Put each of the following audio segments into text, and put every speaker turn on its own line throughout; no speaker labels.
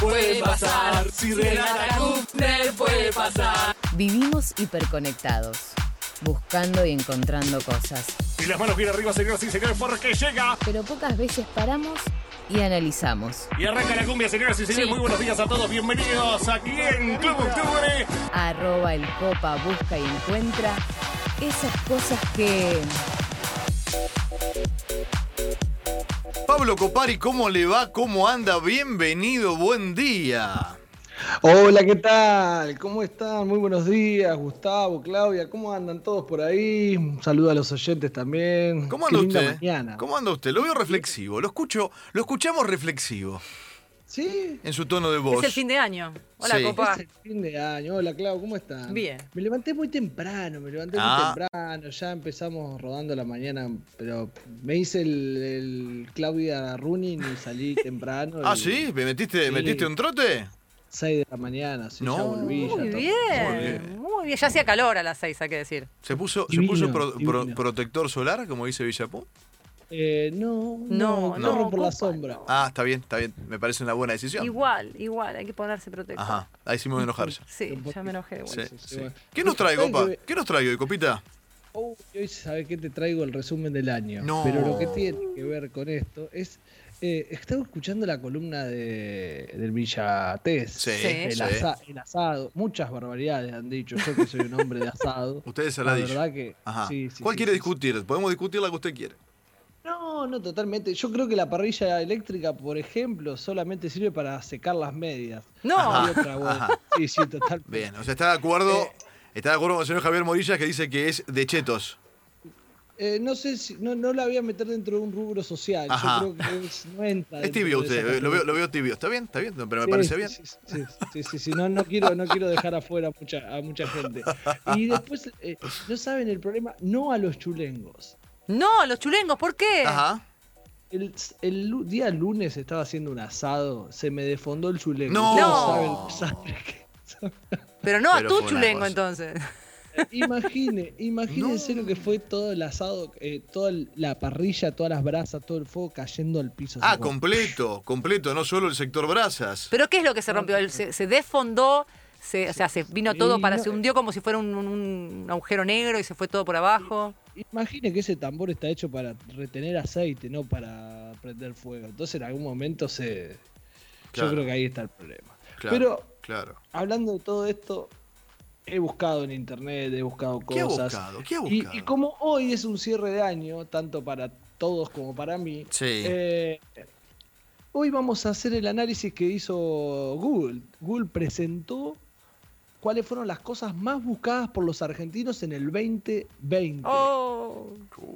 puede pasar. Si Renata Kuffner puede pasar.
Vivimos hiperconectados, buscando y encontrando cosas.
Y las manos bien arriba, señoras y señores, porque llega.
Pero pocas veces paramos y analizamos.
Y arranca la cumbia, señoras y señores.
Sí.
Muy buenos días a todos. Bienvenidos aquí en Club Octubre.
Arroba el copa, busca y encuentra esas cosas que...
Pablo Copari, ¿cómo le va? ¿Cómo anda? Bienvenido, buen día.
Hola, ¿qué tal? ¿Cómo están? Muy buenos días, Gustavo, Claudia, ¿cómo andan todos por ahí? Un saludo a los oyentes también.
¿Cómo
Qué
anda
linda
usted?
mañana.
¿Cómo anda usted? Lo veo reflexivo, lo escucho, lo escuchamos reflexivo
Sí,
en su tono de
Es
voz.
el fin de año. Hola,
Sí.
Copa.
es el fin de año. Hola, Clau, ¿cómo están?
Ah. Bien.
Me levanté muy temprano, me levanté
Ah.
muy temprano, ya empezamos rodando la mañana, pero me hice el, el Claudia Running y salí temprano.
Ah,
y
¿sí? ¿Me metiste,
Sí.
metiste un trote?
6 de la mañana, sí,
No.
ya volví. ya
Muy
todo.
bien. Muy bien. Ya hacía calor a las seis, hay que decir.
¿Se puso, se
Divino,
puso pro- pro-
divino.
protector solar, como dice Villapú?
Eh, no,
No,
no,
no,
corro por la
Copa,
sombra.
Ah, está bien, está bien. Me parece una buena decisión.
Igual, igual, hay que ponerse protector.
Ajá, ahí sí me voy a enojar ya.
Sí, ya me enojé.
Sí,
Bueno.
sí. ¿Qué nos trae,
¿Saben
Copa?
que-
¿Qué nos trae hoy, Copita?
Uy, hoy sabes que te traigo el resumen del año.
No.
Pero lo que tiene que ver con esto es. Eh, estaba escuchando la columna de, del Villatés.
Sí,
El,
sí.
asa- el asado. Muchas barbaridades han dicho. Yo que soy un hombre de asado.
Ustedes se
la
la dicho.
verdad que.
Ajá.
sí, sí,
¿Cuál
sí,
quiere
sí,
discutir? Podemos discutir la que usted quiere.
no, no, totalmente. Yo creo que la parrilla eléctrica, por ejemplo, solamente sirve para secar las medias.
No,
Y otra buena.
ajá.
Sí, sí, totalmente.
Bien, o sea, está de acuerdo.
Eh.
Está de acuerdo con el señor Javier Morillas que dice que es de chetos.
Eh, no sé si. No, no la voy a meter dentro de un rubro social.
Ajá.
Yo creo que es- no entra.
Es
dentro
tibio
de esa
usted, eh, lo veo, lo veo tibio. Está bien, está bien, no, pero me parece
Sí,
bien.
Sí, sí, sí, sí, sí, No, no, quiero, no quiero dejar afuera a mucha, a mucha gente. Y después, eh, no saben el problema, no a los chulengos.
no, los chulengos, ¿por qué?
Ajá.
El, el lu- día lunes estaba haciendo un asado, se me defondó el chulengo.
No.
Ustedes no saben- saben qué-
Pero no a
Pero
tu
fue una
chulengo
cosa.
entonces.
Imagine, imagínense lo que fue todo el asado, eh, toda la parrilla, todas las brasas, todo el fuego cayendo al piso.
Ah,
Así como-
completo, completo, no solo el sector brasas.
¿Pero qué es lo que se rompió? El- Se, se desfondó, se, o sea, se vino
Sí,
todo para,
no,
se
eh.
hundió como si fuera un, un- un agujero negro y se fue todo por abajo.
Imagine que ese tambor está hecho para retener aceite, no para prender fuego. Entonces en algún momento se...
Claro.
Yo creo que ahí está el problema.
Claro,
Pero
claro.
hablando de todo esto, he buscado en internet, he buscado cosas.
¿Qué ha buscado? ¿Qué ha
Y-
buscado?
Y, como hoy es un cierre de año, tanto para todos como para mí,
Sí.
eh, hoy vamos a hacer el análisis que hizo Google. Google presentó cuáles fueron las cosas más buscadas por los argentinos en el 2020.
Oh,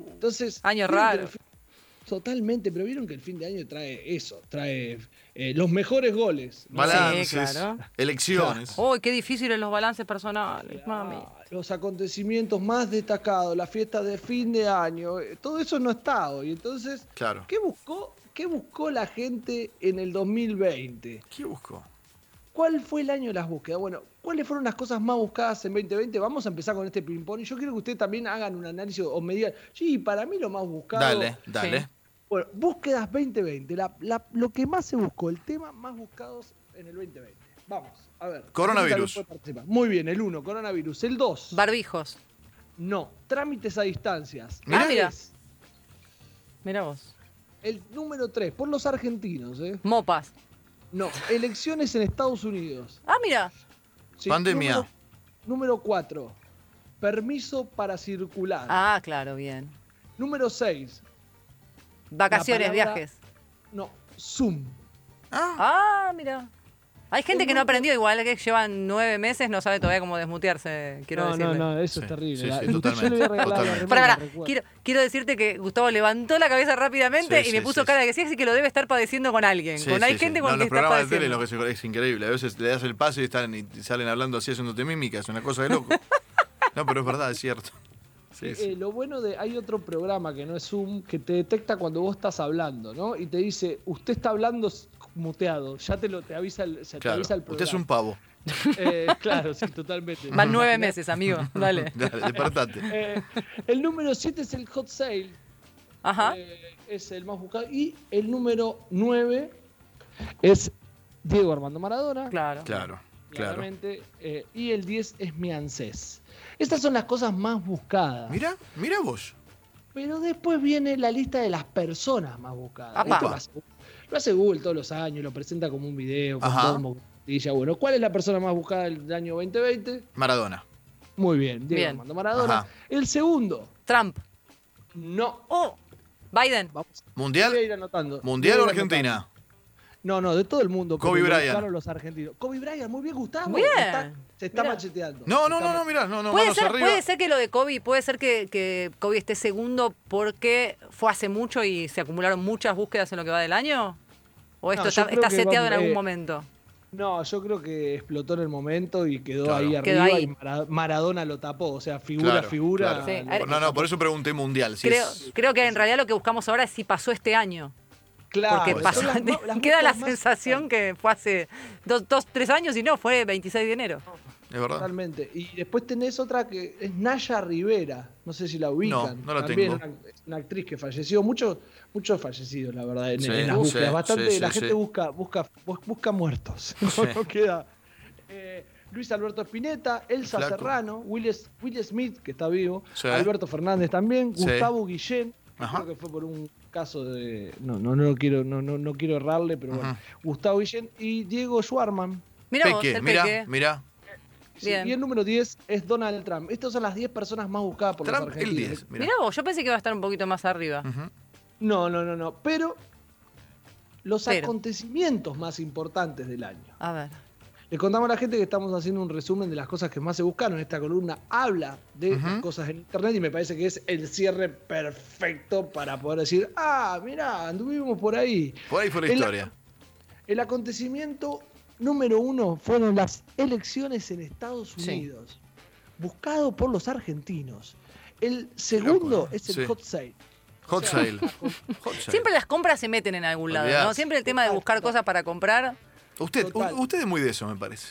Entonces,
Año
vieron que
raro.
el fin- Totalmente, pero vieron que el fin de año trae eso, trae eh, los mejores goles. ¿no?
Balances,
claro.
elecciones.
oh, qué difíciles los balances personales, mami.
Ah, Los acontecimientos más destacados, la fiesta de fin de año, eh, todo eso no está hoy. Entonces,
Claro.
¿qué buscó, ¿qué buscó la gente en el 2020?
¿Qué busco?
¿Cuál fue el año de las búsquedas? Bueno, ¿cuáles fueron las cosas más buscadas en 2020? Vamos a empezar con este ping-pong. y Yo quiero que ustedes también hagan un análisis o me digan, sí, para mí lo más buscado.
Dale, dale.
Sí.
Bueno, búsquedas 2020, la- la- lo que más se buscó, el tema más buscados en el 2020. Vamos, a ver.
Coronavirus.
¿Quién puede participar? Muy bien, el 1, coronavirus. El 2,
Barbijos.
no. Trámites a distancias.
Mirá.
El
Mirá.
tres,
Mira vos.
El número 3, por los argentinos, ¿eh?
Mopas.
No, elecciones en Estados Unidos.
Ah, mira.
Sí,
Pandemia.
número- Número 4, permiso para circular.
Ah, claro, bien.
Número 6,
Vacaciones,
La palabra-
viajes.
no, Zoom.
Ah, mira. Hay gente que no aprendió igual, que llevan nueve meses, no sabe todavía cómo desmutearse, quiero
no, no,
decirle.
no, eso
Sí,
es terrible.
sí,
La-
sí,
yo le voy a
totalmente,
regalar la
totalmente.
remera,
Pará, pará,
recuerdo.
quiero, quiero decirte que Gustavo levantó la cabeza rápidamente
Sí,
y me
sí,
puso
sí,
cara de que sí, así que lo debe estar padeciendo con alguien. con hay gente con
No,
que
los
está
programas de tele
padeciendo.
lo que se- es increíble. A veces le das el pase y, están, y salen hablando así, haciéndote mímica. Es una cosa de loco. no, pero es verdad, es cierto. Sí,
Eh,
sí.
lo bueno de hay otro programa que no es Zoom que te detecta cuando vos estás hablando, ¿no? Y te dice, usted está hablando s- muteado, ya te lo te avisa el, se te
Claro.
avisa eh, el
Usted
programa.
es un pavo.
Eh, claro, sí, totalmente.
Van nueve meses, amigo. Dale.
Dale, despertate.
Eh, el número 7 es el hot sale,
Ajá.
eh, es el más buscado. Y el número 9 es Diego Armando Maradona.
Claro.
Claro, claro.
claramente, eh, y el 10 es mi ANSES. Estas son las cosas más buscadas.
Mira, mira vos.
Pero después viene la lista de las personas más buscadas.
Apa.
Esto lo, hace, lo hace Google todos los años, lo presenta como un video, con
Ajá.
tomo, y ya bueno, ¿cuál es la persona más buscada del año 2020?
Maradona.
Muy bien, Diego
Bien.
Armando Maradona.
Ajá.
El segundo,
Trump.
no.
Oh, Biden.
Vamos voy a
¿Mundial?
ir anotando.
¿Mundial o
Voy a ir anotando.
Argentina?
No, no, de todo el mundo.
Kobe
pero lo
Bryant.
buscaron los argentinos. Kobe Bryant, muy bien, Gustavo.
Bien.
Se está, se está
Mirá.
macheteando.
No,
Se
no,
está
no, no, mirá, no, no,
puede
manos
ser,
arriba.
puede ser que lo de Kobe, puede ser que, que Kobe esté segundo porque fue hace mucho y se acumularon muchas búsquedas en lo que va del año. ¿O esto
No, yo
está,
creo
está
que va-
seteado en algún
eh,
momento?
No, yo creo que explotó en el momento y quedó
Claro.
ahí arriba
Quedó ahí.
y Mara- Maradona lo tapó. O sea, figura,
Claro,
figura.
claro.
Sí,
lo-
No, no, por eso pregunté mundial. si
creo,
es-
creo que en realidad lo que buscamos ahora es si pasó este año.
Ah,
claro,
Porque
son
pasó-
las ma- las
queda la
búsquedas más-
sensación que fue hace dos, dos, tres años y no, fue 26 de enero.
¿Es verdad?
Totalmente. Y después tenés otra que es Naya Rivera. No sé si la ubican.
No, no la
También
tengo.
Una, es una actriz que falleció. Muchos muchos fallecidos, la verdad, en,
Sí,
en las
sí,
búsquedas. Bastante,
sí, sí,
la gente
sí.
busca, busca, bus- busca muertos. No, no queda. Eh, Luis Alberto Spinetta, Elsa
Flaco.
Serrano, Will, S- Will Smith, que está vivo,
Sí.
Alberto Fernández también,
Sí.
Gustavo Guillén, que
Ajá.
creo que fue por un caso de. No, no, no quiero, no, no, no quiero errarle, pero bueno.
Ajá.
Gustavo Guillén y Diego Schwarman.
Mira vos,
Peque,
el
mirá,
Peque.
mirá.
Sí,
Bien.
Y el número 10 es Donald Trump. Estas son las 10 personas más buscadas por los
Trump el
argentinos.
10.
Mirá
Mirá. Mm.
vos, yo pensé que iba a estar un poquito más arriba.
Ujú.
No, no, no, no. Pero los
Pero.
acontecimientos más importantes del año.
A ver.
Le contamos a la gente que estamos haciendo un resumen de las cosas que más se buscaron. Esta columna habla de
Ujú.
cosas en internet y me parece que es el cierre perfecto para poder decir, ah, mirá, anduvimos por ahí.
Por ahí fue la
El-
historia.
El acontecimiento número uno fueron las elecciones en Estados
Sí.
Unidos, buscado por los argentinos. El segundo
loco, ¿no?
es el
Sí.
hot sale.
Hot sale. Hot sale.
Siempre las compras se meten en algún lado,
Olvidate.
¿no? Siempre el tema de buscar cosas para comprar.
Usted, u-
Total.
usted es muy de eso, me parece.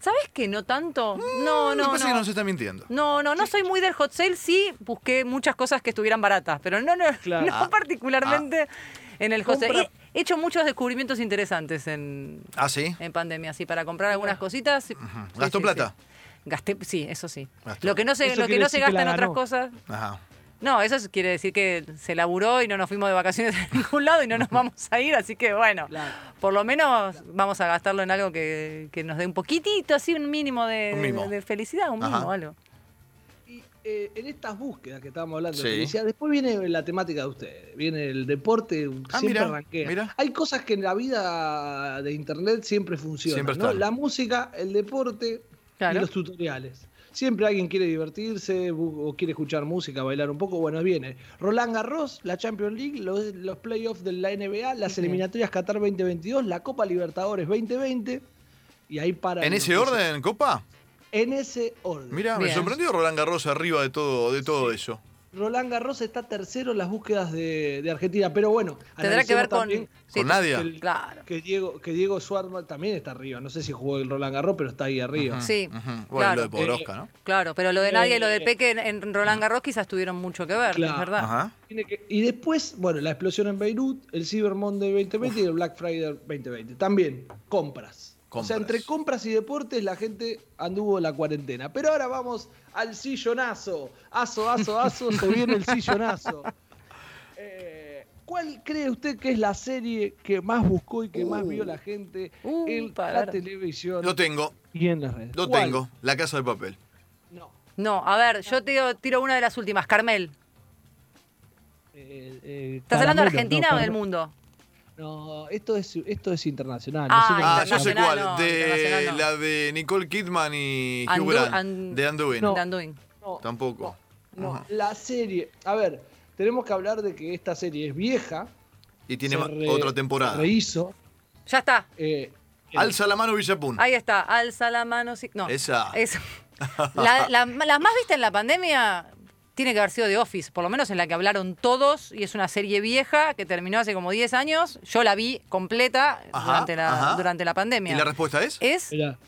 ¿Sabes que no tanto? No,
me
no,
parece que
no.
nos está mintiendo.
No, no, no soy muy del hot sale, sí busqué muchas cosas que estuvieran baratas, pero no, no,
Claro.
no
Ah,
particularmente en el hot sale.
Compra-
He he hecho muchos descubrimientos interesantes en,
¿Ah, sí?
en pandemia, sí, para comprar algunas cositas. Sí,
¿Gastó
sí,
plata?
sí. Gasté, sí, eso sí.
Gastó.
Lo que no se,
Eso
lo que
quiere
no se
decir que
gasta
la
en otras
ganó.
cosas.
Ajá.
No, eso es- quiere decir que se laburó y no nos fuimos de vacaciones a ningún lado y no nos vamos a ir, así que bueno,
Claro.
por lo menos vamos a gastarlo en algo que, que nos dé un poquitito, así un mínimo de,
Un mimo.
de felicidad, un
Ajá.
mínimo, algo.
Y eh, en estas búsquedas que estábamos hablando,
Sí.
de felicidad, después viene la temática de ustedes, viene el deporte,
Ah,
siempre
mirá,
arranquea.
mirá.
Hay cosas que en la vida de internet siempre funcionan,
Siempre
¿no?
están.
La música, el deporte
Claro.
y los tutoriales. Siempre alguien quiere divertirse bu- o quiere escuchar música, bailar un poco, bueno, viene. Roland Garros, la Champions League, los, los playoffs de la NBA, las eliminatorias Qatar 2022, la Copa Libertadores 2020 y ahí para.
¿En
los
ese
que se-
orden, Copa?
En ese orden.
Mira, me
Bien.
sorprendió Roland Garros arriba de todo, de todo eso.
Roland Garros está tercero en las búsquedas de, de Argentina, pero bueno,
Tendrá que
analicemos
ver con...
también
sí,
Con nadie.
que, el-
Claro.
que Diego que Diego Schwartzman también está arriba. No sé si jugó el Roland Garros, pero está ahí arriba.
Ujú. Sí,
Ujú. Bueno,
claro. Eh,
lo de Podroska, ¿no?
Claro, pero lo de Nadia y lo de
Eh,
Peque en, en Roland Garros quizás tuvieron mucho que ver,
Claro.
es verdad.
Ajá.
Tiene que- y después, bueno, la explosión en Beirut, el Cyber Monday 2020 y el Black Friday 2020. También compras. O sea,
Compras.
entre compras y deportes la gente anduvo la cuarentena. Pero ahora vamos al sillonazo. Aso, aso, aso, se viene el sillonazo. Eh, ¿Cuál cree usted que es la serie que más buscó y que más vio la gente
Uh,
en
para.
la televisión
Lo tengo,
y en las redes?
lo
¿Cuál?
tengo. La Casa de Papel.
No.
No, a ver, yo te digo- tiro una de las últimas, Carmel.
Eh, eh,
¿Estás hablando de
Caramelo,
Argentina
no,
o del
Caramelo.
mundo?
No, esto es, esto es internacional.
Ah,
Nosotros-
Ah, yo sé
Internacional
cuál.
no,
de
internacional no.
la de Nicole Kidman y
Andu-
Hugh Grant,
and-
de Anduin.
No.
De Anduin.
No,
Tampoco.
No,
Ajá.
la serie. A ver, tenemos que hablar de que esta serie es vieja.
Y tiene
se
ma-
re-
otra temporada.
Rehizo.
Ya está,
eh,
Alza la mano Villapun.
Ahí está, alza la mano. si- No,
Esa.
Esa. La- la- las más vistas en la pandemia tiene que haber sido The Office, por lo menos en la que hablaron todos, y es una serie vieja que terminó hace como 10 años. Yo la vi completa
Ajá,
durante, la,
ajá.
durante la
¿Y
pandemia.
la respuesta es?
es
mirá,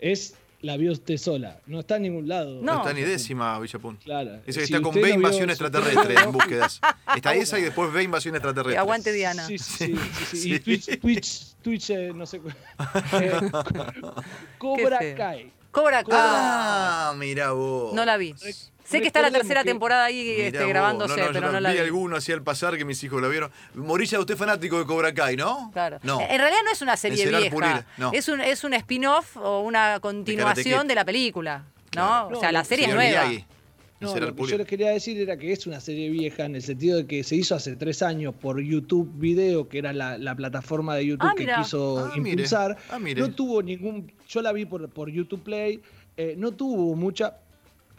es la vio usted sola. No está en ningún lado.
No,
No.
está ni décima Villapun.
Claro.
Dice que
Si
está con
usted
B
no vio-
invasión
si usted
extraterrestre
no vio-
en búsquedas. Está esa y después B invasión extraterrestre.
Aguante Diana.
Sí, sí, sí, sí, sí.
Sí.
Y Twitch, Twitch, Twitch, eh, no sé. cu- eh, Cobra
Qué feo.
Kai.
Cobra Kai.
Ah, mira vos.
No la vi.
Re-
Sé que está la
recuerden
tercera
que-
temporada ahí
Mirá
este,
vos.
grabándose,
No, no, yo
pero no la
vi.
vi.
alguno así al pasar que mis hijos lo vieron. Morilla, usted es fanático de Cobra Kai, ¿no?
Claro. Eh,
No.
En realidad no es una serie
Gerard
vieja.
Pulir, no.
Es un, es un spin-off o una
Karate Kid.
continuación de la película. ¿No?
Claro.
O sea, la serie es
Señor
nueva.
Miyagi.
No,
Gerard
lo que
Pulir.
yo les quería decir era que es una serie vieja en el sentido de que se hizo hace tres años por YouTube Video, que era la, la plataforma de YouTube
Ah,
que
mira.
quiso
Ah, mire.
impulsar.
Ah, mire.
No tuvo ningún. Yo la vi por, por YouTube Play, eh, no tuvo mucha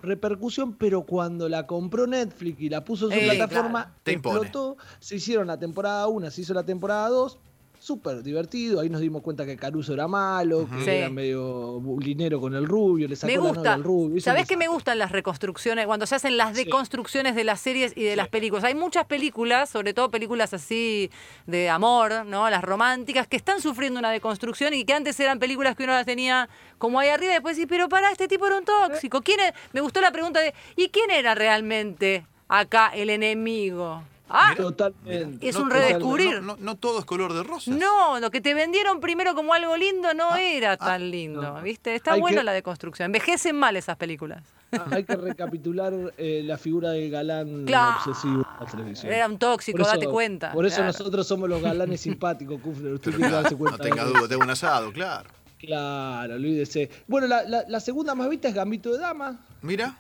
repercusión, pero cuando la compró Netflix y la puso en su
Eh,
plataforma,
claro.
Te impone.
explotó. Se hicieron la temporada 1, se hizo la temporada 2. Súper divertido, ahí nos dimos cuenta que Caruso era malo, que
Sí.
era medio bulinero con el rubio, le sacó
Me
la novia
gusta.
al rubio. hizo un
¿Sabés que
desastre.
me gustan las reconstrucciones? Cuando se hacen las
Sí.
deconstrucciones de las series y de
Sí.
las películas. Hay muchas películas, sobre todo películas así de amor, ¿no? Las románticas, que están sufriendo una deconstrucción y que antes eran películas que uno las tenía como ahí arriba y después decís, pero para, este tipo era un
Eh.
tóxico. ¿Quién es? Me gustó la pregunta de, ¿y quién era realmente acá el enemigo? Ah,
Totalmente.
Es un
todo-
redescubrir.
No, no- no todo es color de rosa.
no, lo que te vendieron primero como algo lindo no era tan lindo, ¿viste? Está
Ah, Hay
bueno
que-
la deconstrucción. Envejecen mal esas películas.
Hay que recapitular eh, la figura del galán
Claro.
obsesivo en la televisión.
Era un tóxico,
Por eso-
date cuenta.
Por eso
Claro.
nosotros somos los galanes simpáticos, Kufner.
Pero
Usted tiene que
claro,
darse cuenta.
no tenga
de eso.
duda, tengo un asado, claro.
Claro, olvídese. Bueno, la, la- la segunda más vista es Gambito de Dama,
Mira,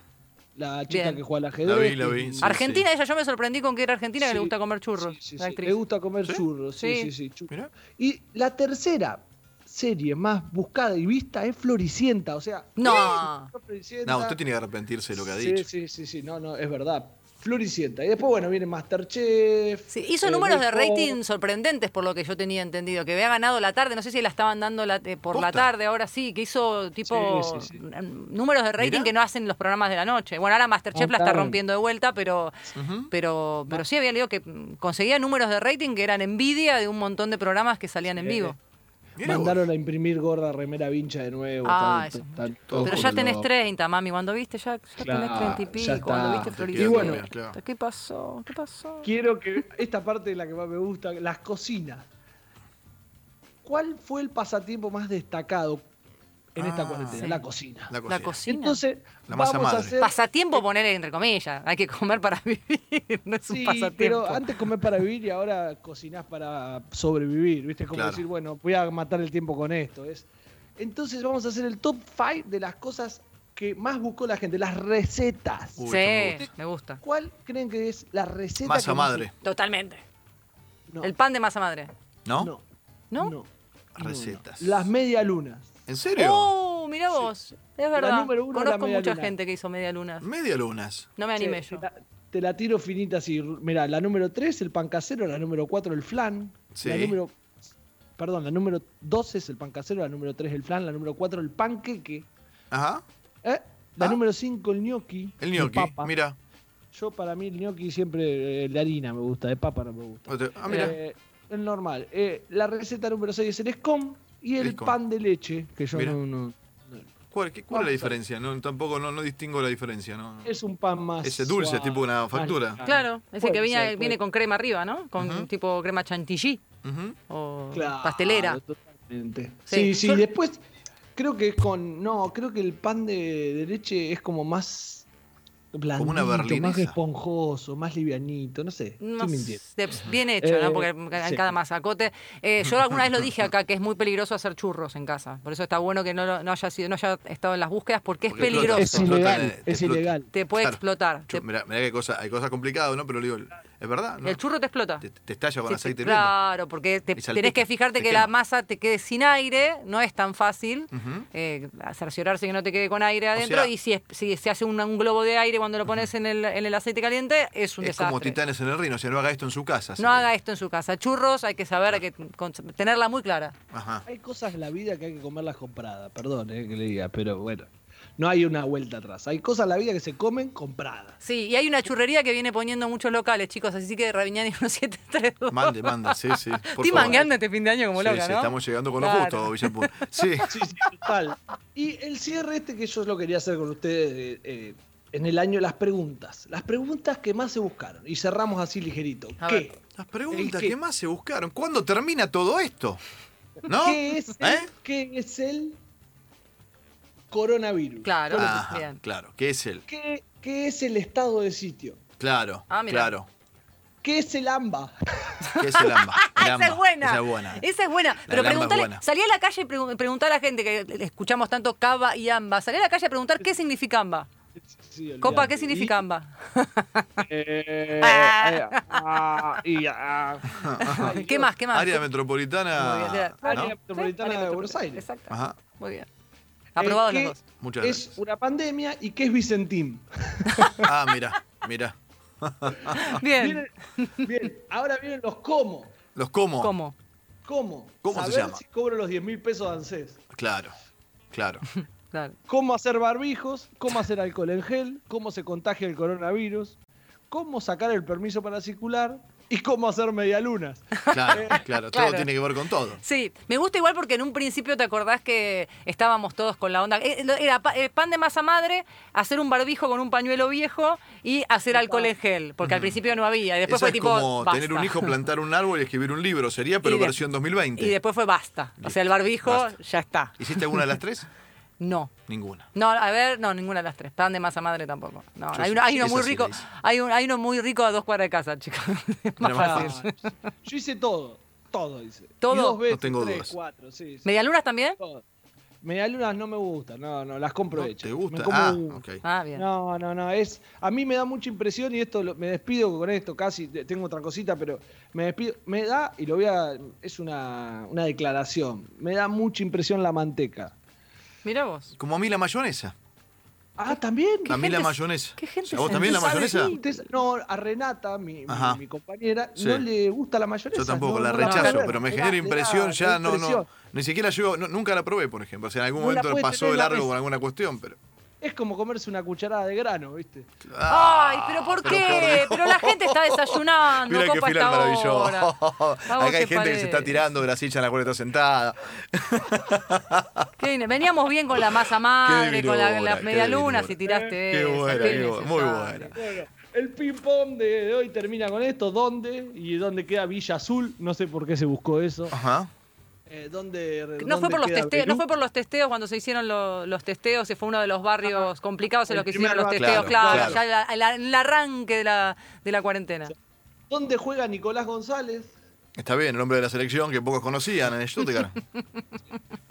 la chica
Bien.
que juega al ajedrez.
la vi, la vi.
que-
sí,
Argentina,
sí.
ella, yo me sorprendí con que era argentina que
Sí,
le gusta comer churros.
sí, sí,
la
sí.
actriz.
Le gusta comer churros, sí,
Sí.
sí, sí. churros.
Mirá.
Y la tercera serie más buscada y vista es Floricienta, o sea...
No.
Floricienta.
No, usted tiene que arrepentirse de lo que ha
sí,
dicho.
Sí, sí, sí, no, no, es verdad. Floricienta. Y después, bueno, viene Masterchef.
Sí, hizo
eh,
números de
Big Brother.
rating sorprendentes por lo que yo tenía entendido, que había ganado la tarde, no sé si la estaban dando la- eh, por la
Posta.
tarde, ahora sí, que hizo tipo
Sí, sí, sí.
n- números de rating
Mirá.
que no hacen los programas de la noche. Bueno, ahora Masterchef la está
Fantástico.
rompiendo de vuelta, pero, pero, pero sí había leído que mm, conseguía números de rating que eran envidia de un montón de programas que salían en
eh,
vivo.
Mirá vos.
Mandaron a imprimir gorda remera vincha de nuevo.
Ah,
están-
eso.
están todos
Pero ya
con
tenés
lo-
30, mami, cuando viste, ya, ya tenés
Claro,
30 y
ya
pico, cuando
está.
viste Floricienta.
Y bueno.
Claro.
¿Qué pasó? ¿Qué pasó?
Quiero que. Esta parte es la que más me gusta, las cocinas. ¿Cuál fue el pasatiempo más destacado en esta
Ah,
cuarentena?
sí.
La cocina.
La
La
cocina.
cocina.
Entonces, eh,
La masa
vamos a
madre.
hacer.
Pasatiempo poner entre comillas. Hay que comer para vivir. No es un
Sí,
pasatiempo.
pero antes comer para vivir y ahora cocinás para sobrevivir, ¿viste? Es como
Claro.
decir, bueno, voy a matar el tiempo con esto. Es... Entonces vamos a hacer el top 5 de las cosas que más buscó la gente, las recetas.
Uy, esto me
sí, me gusta.
¿Cuál creen que es la receta?
Masa
que más-
madre,
Totalmente.
No,
El pan de masa madre.
¿no?
no,
¿No?
no,
Recetas.
no. Las medialunas.
¿En serio?
¡Oh! Mirá vos. Es verdad.
número uno es la
Conozco
media
mucha
luna.
gente que hizo media luna.
Media lunas.
No me animé
Che,
yo.
Te la, te la tiro finita así. Mirá, la número 3, el pan casero. La número 4, el flan.
Sí.
La número. Perdón, la número 12 es el pan casero. La número 3, el flan. La número 4, el panqueque.
Ajá.
¿eh? La
Ah.
número 5, el gnocchi.
El
de
gnocchi,
papa.
mira.
Yo para mí el gnocchi siempre eh, de harina me gusta, de papa no me gusta.
Otro- Ah, mira.
Eh, el normal. Eh, la receta número 6 es el escom y el
Escom.
pan de leche, que yo
Mira.
no, no- no-
¿Cuál, qué- cuál es la
vamos a-
diferencia? No, tampoco no, no distingo la diferencia, ¿no?
Es un pan más.
Ese dulce,
suave,
tipo una
más
factura.
liviano.
Claro, ese
Puede
que
ser,
viene,
puede
viene
ser.
con crema arriba, ¿no? Con
Ujú.
tipo crema chantilly
Ujú.
o
Claro,
pastelera.
Totalmente.
Sí,
Sí, sí,
yo-
después creo que es con. No, creo que el pan de, de leche es como más. Blandito,
una
más
berlinesa.
esponjoso, más livianito, no sé.
No
estoy mintiendo.
sé, bien hecho, ¿no?
Eh,
Porque en
sí.
cada masacote. Eh, yo alguna vez lo dije acá que es muy peligroso hacer churros en casa. Por eso está bueno que no, lo- no haya sido, no haya estado en las búsquedas porque es
Porque explota.
peligroso.
Es
Explota,
ilegal,
eh, te
es
explota.
ilegal.
Te puede
Claro.
explotar.
Chu-
Te-
Mirá, mirá que cosa, hay cosas complicadas, ¿no? Pero digo, es verdad, ¿no?
el churro te explota.
te, te estalla con
Sí,
aceite hirviendo.
claro, porque te-
Y salpica,
tenés que fijarte
te
que
quema.
la masa te quede sin aire, no es tan fácil
Ujú.
eh, cerciorarse que no te quede con aire adentro
sea-
y si, es- si se hace un, un globo de aire cuando lo pones en, el, en el aceite caliente es un
Es
desastre.
como titanes en el rino, o sea, no haga esto en su casa.
no
señor.
haga esto en su casa. Churros hay que saber, hay que con- tenerla muy clara.
Ajá.
Hay cosas en la vida que hay que comerlas compradas, perdón eh, que le diga, pero bueno. no hay una vuelta atrás. Hay cosas en la vida que se comen compradas.
Sí, y hay una churrería que viene poniendo muchos locales, chicos, así que Raviñani 1732.
Mande, manda, sí, sí. por
Estoy
favor.
mangueando este fin de año como
Sí,
loca,
sí,
¿no?
estamos llegando con
Claro.
lo justo, Villapun. Sí,
Sí, sí, total. Y el cierre este que yo lo quería hacer con ustedes eh, eh, en el año, las preguntas. Las preguntas que más se buscaron. Y cerramos así ligerito.
A
¿Qué?
ver.
las preguntas
¿El qué?
que más se buscaron. ¿Cuándo termina todo esto? ¿No?
¿Qué, es el,
¿Eh?
qué es el coronavirus?
Claro,
Ajá,
bien.
Ah, claro, ¿qué es él?
¿Qué, qué es el estado de sitio?
Claro,
Ah, mirá.
claro.
¿Qué es el AMBA?
¿Qué es el AMBA? El
Ah, esa
AMBA,
es buena.
Esa es buena.
Esa es buena. Pero
Lamba es
preguntale,
buena.
salí a la calle y pregun- preguntá a la gente que le escuchamos tanto cava y amba. Salí a la calle a preguntar qué significa amba.
Sí,
Copa,
olvidate.
¿qué significa amba?
Y, eh, eh, ah, y, ah.
¿Qué más? ¿Qué más?
Área
Muy bien,
metropolitana.
era-
¿no?
Área metropolitana
Área
de Buenos
metropolitana.
Aires.
Exacto.
Ajá.
Muy bien. Aprobados los
Eh, ¿qué
dos.
Muchas
es
gracias.
una pandemia y qué es Vicentín.
Ah, mira, mira.
Bien.
Vienen- bien, ahora vienen los cómo.
Los cómo.
¿Cómo?
¿Cómo?
¿Cómo se
Saber
llama?
si cobro los 10 mil pesos de ANSES.
Claro, claro.
Claro.
¿Cómo hacer barbijos? ¿Cómo hacer alcohol en gel? ¿Cómo se contagia el coronavirus? ¿Cómo sacar el permiso para circular? ¿Y cómo hacer medialunas?
Claro, claro. Todo
Claro.
tiene que ver con todo.
Sí, me gusta igual porque en un principio te acordás que estábamos todos con la onda. eh, lo- Era pa- eh, pan de masa madre, hacer un barbijo con un pañuelo viejo y hacer alcohol en gel, porque al principio no había. Y después
Eso
fue
es
tipo.
como
basta.
tener un hijo, plantar un árbol y escribir un libro. Sería, pero
Y de-
versión 2020.
Y después fue basta. O sea, el barbijo
Basta.
ya está.
¿Hiciste alguna de las tres?
No.
Ninguna.
No, a ver, no, ninguna de las tres. Pan de masa madre tampoco. No,
Yo
hay
sí,
uno, hay uno
esa
muy
sí
rico.
la hice.
Hay, un- hay uno muy rico a dos cuadras de casa, chicos. Más
Era más
fácil.
fácil.
Ah, yo hice todo. Todo hice. Y
¿Todo?
dos veces,
No tengo
tres,
dudas.
cuatro, sí. sí,
¿Medialunas también?
todo. Medialunas no me gustan, no, no, las compro
No
hechas.
¿Te
Me
gusta?
como
Ah,
un-
ok.
Ah, bien.
No, no, no, es a mí me da mucha impresión y esto lo- me despido con esto casi, te- tengo otra cosita, pero me despido, me da y lo voy a es una, una declaración, me da mucha impresión la manteca.
Mira vos.
Como a mí la mayonesa.
Ah, también.
A mí la
gente-
mayonesa.
qué gente
¿A vos también la
¿Sabe
mayonesa?
que ustedes- No, a Renata, mi, mi-
Ajá.
mi compañera,
Sí.
no le gusta la mayonesa.
Yo tampoco
no-
la
no
rechazo,
puede
pero me
ver.
genera
Le da-
impresión
le
ya,
da
no,
impresión.
no. Ni siquiera yo, no- nunca la probé, por ejemplo. O sea, en algún
No la
momento
puede
pasó
tener
de
en la
largo
mesa.
con alguna cuestión, pero.
Es como comerse una cucharada de grano, ¿viste?
ah,
Ay, pero ¿por
pero
qué?
por-
Pero la gente está desayunando,
Mira qué
copa,
final
hasta ahora.
maravilloso.
¿A
Acá
vos
hay
te
gente que se está
parece?
tirando de la silla en la cual está sentada.
Qué bien, Veníamos bien con la masa madre, con la-
divinura,
las
qué
medialunas
divinura.
y tiraste
Qué
esa,
buena, qué buena, muy
necesario.
buena.
Bueno, el ping-pong de, de hoy termina con esto. ¿Dónde? ¿Y dónde queda Villa Azul? No sé por qué se buscó eso.
Ajá.
Eh, ¿dónde,
No fue, por los testeos,
testeos,
no fue por los testeos cuando se hicieron lo- los testeos, se fue uno de los barrios complicados en
El
los que
primer
hicieron los
barrio.
testeos, claro,
Claro,
ya la- la- el arranque de la, de la cuarentena.
¿Dónde juega Nicolás González?
Está bien, el hombre de la selección que pocos conocían en Stuttgart.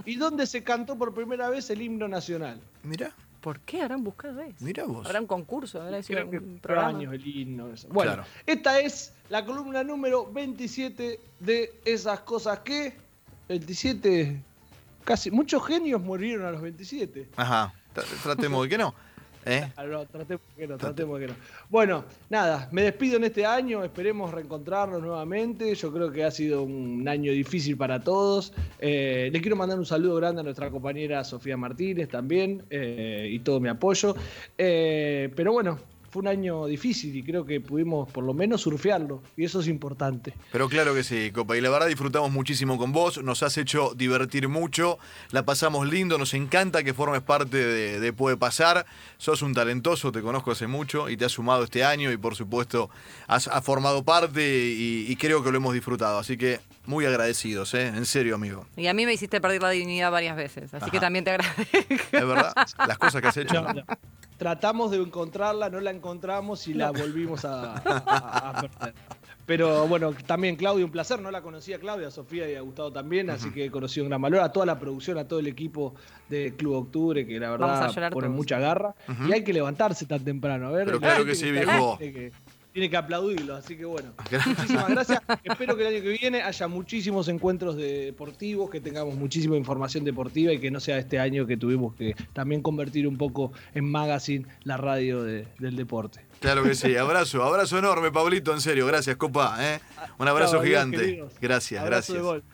¿Y dónde se cantó por primera vez el himno nacional?
Mirá,
¿Por qué habrán buscado eso?
mirá vos.
¿Habrá un concurso? ¿Habrá sido
Creo que
un
por
programa?
años el himno. eso. Bueno,
Claro.
esta es la columna número 27 de esas cosas que 27 casi muchos genios murieron a los 27.
Ajá. tra- Tratemos de que no. ¿Eh?
Ah, no, tratemos que no, tratemos que no. Bueno, nada, me despido en este año, esperemos reencontrarnos nuevamente. Yo creo que ha sido un año difícil para todos. Eh, le quiero mandar un saludo grande a nuestra compañera Sofía Martínez también eh, y todo mi apoyo. Eh, pero bueno, fue un año difícil y creo que pudimos por lo menos surfearlo y eso es importante.
Pero claro que sí, Copa. Y la verdad disfrutamos muchísimo con vos, nos has hecho divertir mucho, la pasamos lindo, nos encanta que formes parte de, de Puede Pasar. Sos un talentoso, te conozco hace mucho y te has sumado este año y por supuesto has, has formado parte y, y creo que lo hemos disfrutado. Así que muy agradecidos, ¿eh? en serio, amigo.
Y a mí me hiciste perder la dignidad varias veces, así que
Ajá.
también te agradezco.
Es verdad, las cosas que has hecho.
Tratamos de encontrarla, no la encontramos y la volvimos a, a- a perder. Pero bueno, también Claudio, un placer. No la conocía a Claudio, a Sofía y a Gustavo también, así que he conocido un gran valor a toda la producción, a todo el equipo de Club Octubre, que la
Vamos a
verdad
llorar
ponen
todos.
mucha garra. Y hay que levantarse tan temprano, a ver.
Pero
la
claro
gente
que sí,
está-
viejo. Ah,
tiene que- Tiene que aplaudirlo, así que bueno. Muchísimas gracias. Espero que el año que viene haya muchísimos encuentros de- deportivos, que tengamos muchísima información deportiva y que no sea este año que tuvimos que también convertir un poco en magazine la radio de- del deporte.
Claro que sí, abrazo, abrazo enorme, Pablito, en serio. Gracias, Copa. ¿eh? Un abrazo
Chao, adiós,
gigante.
queridos.
Gracias,
Abrazo de
gracias.
gol.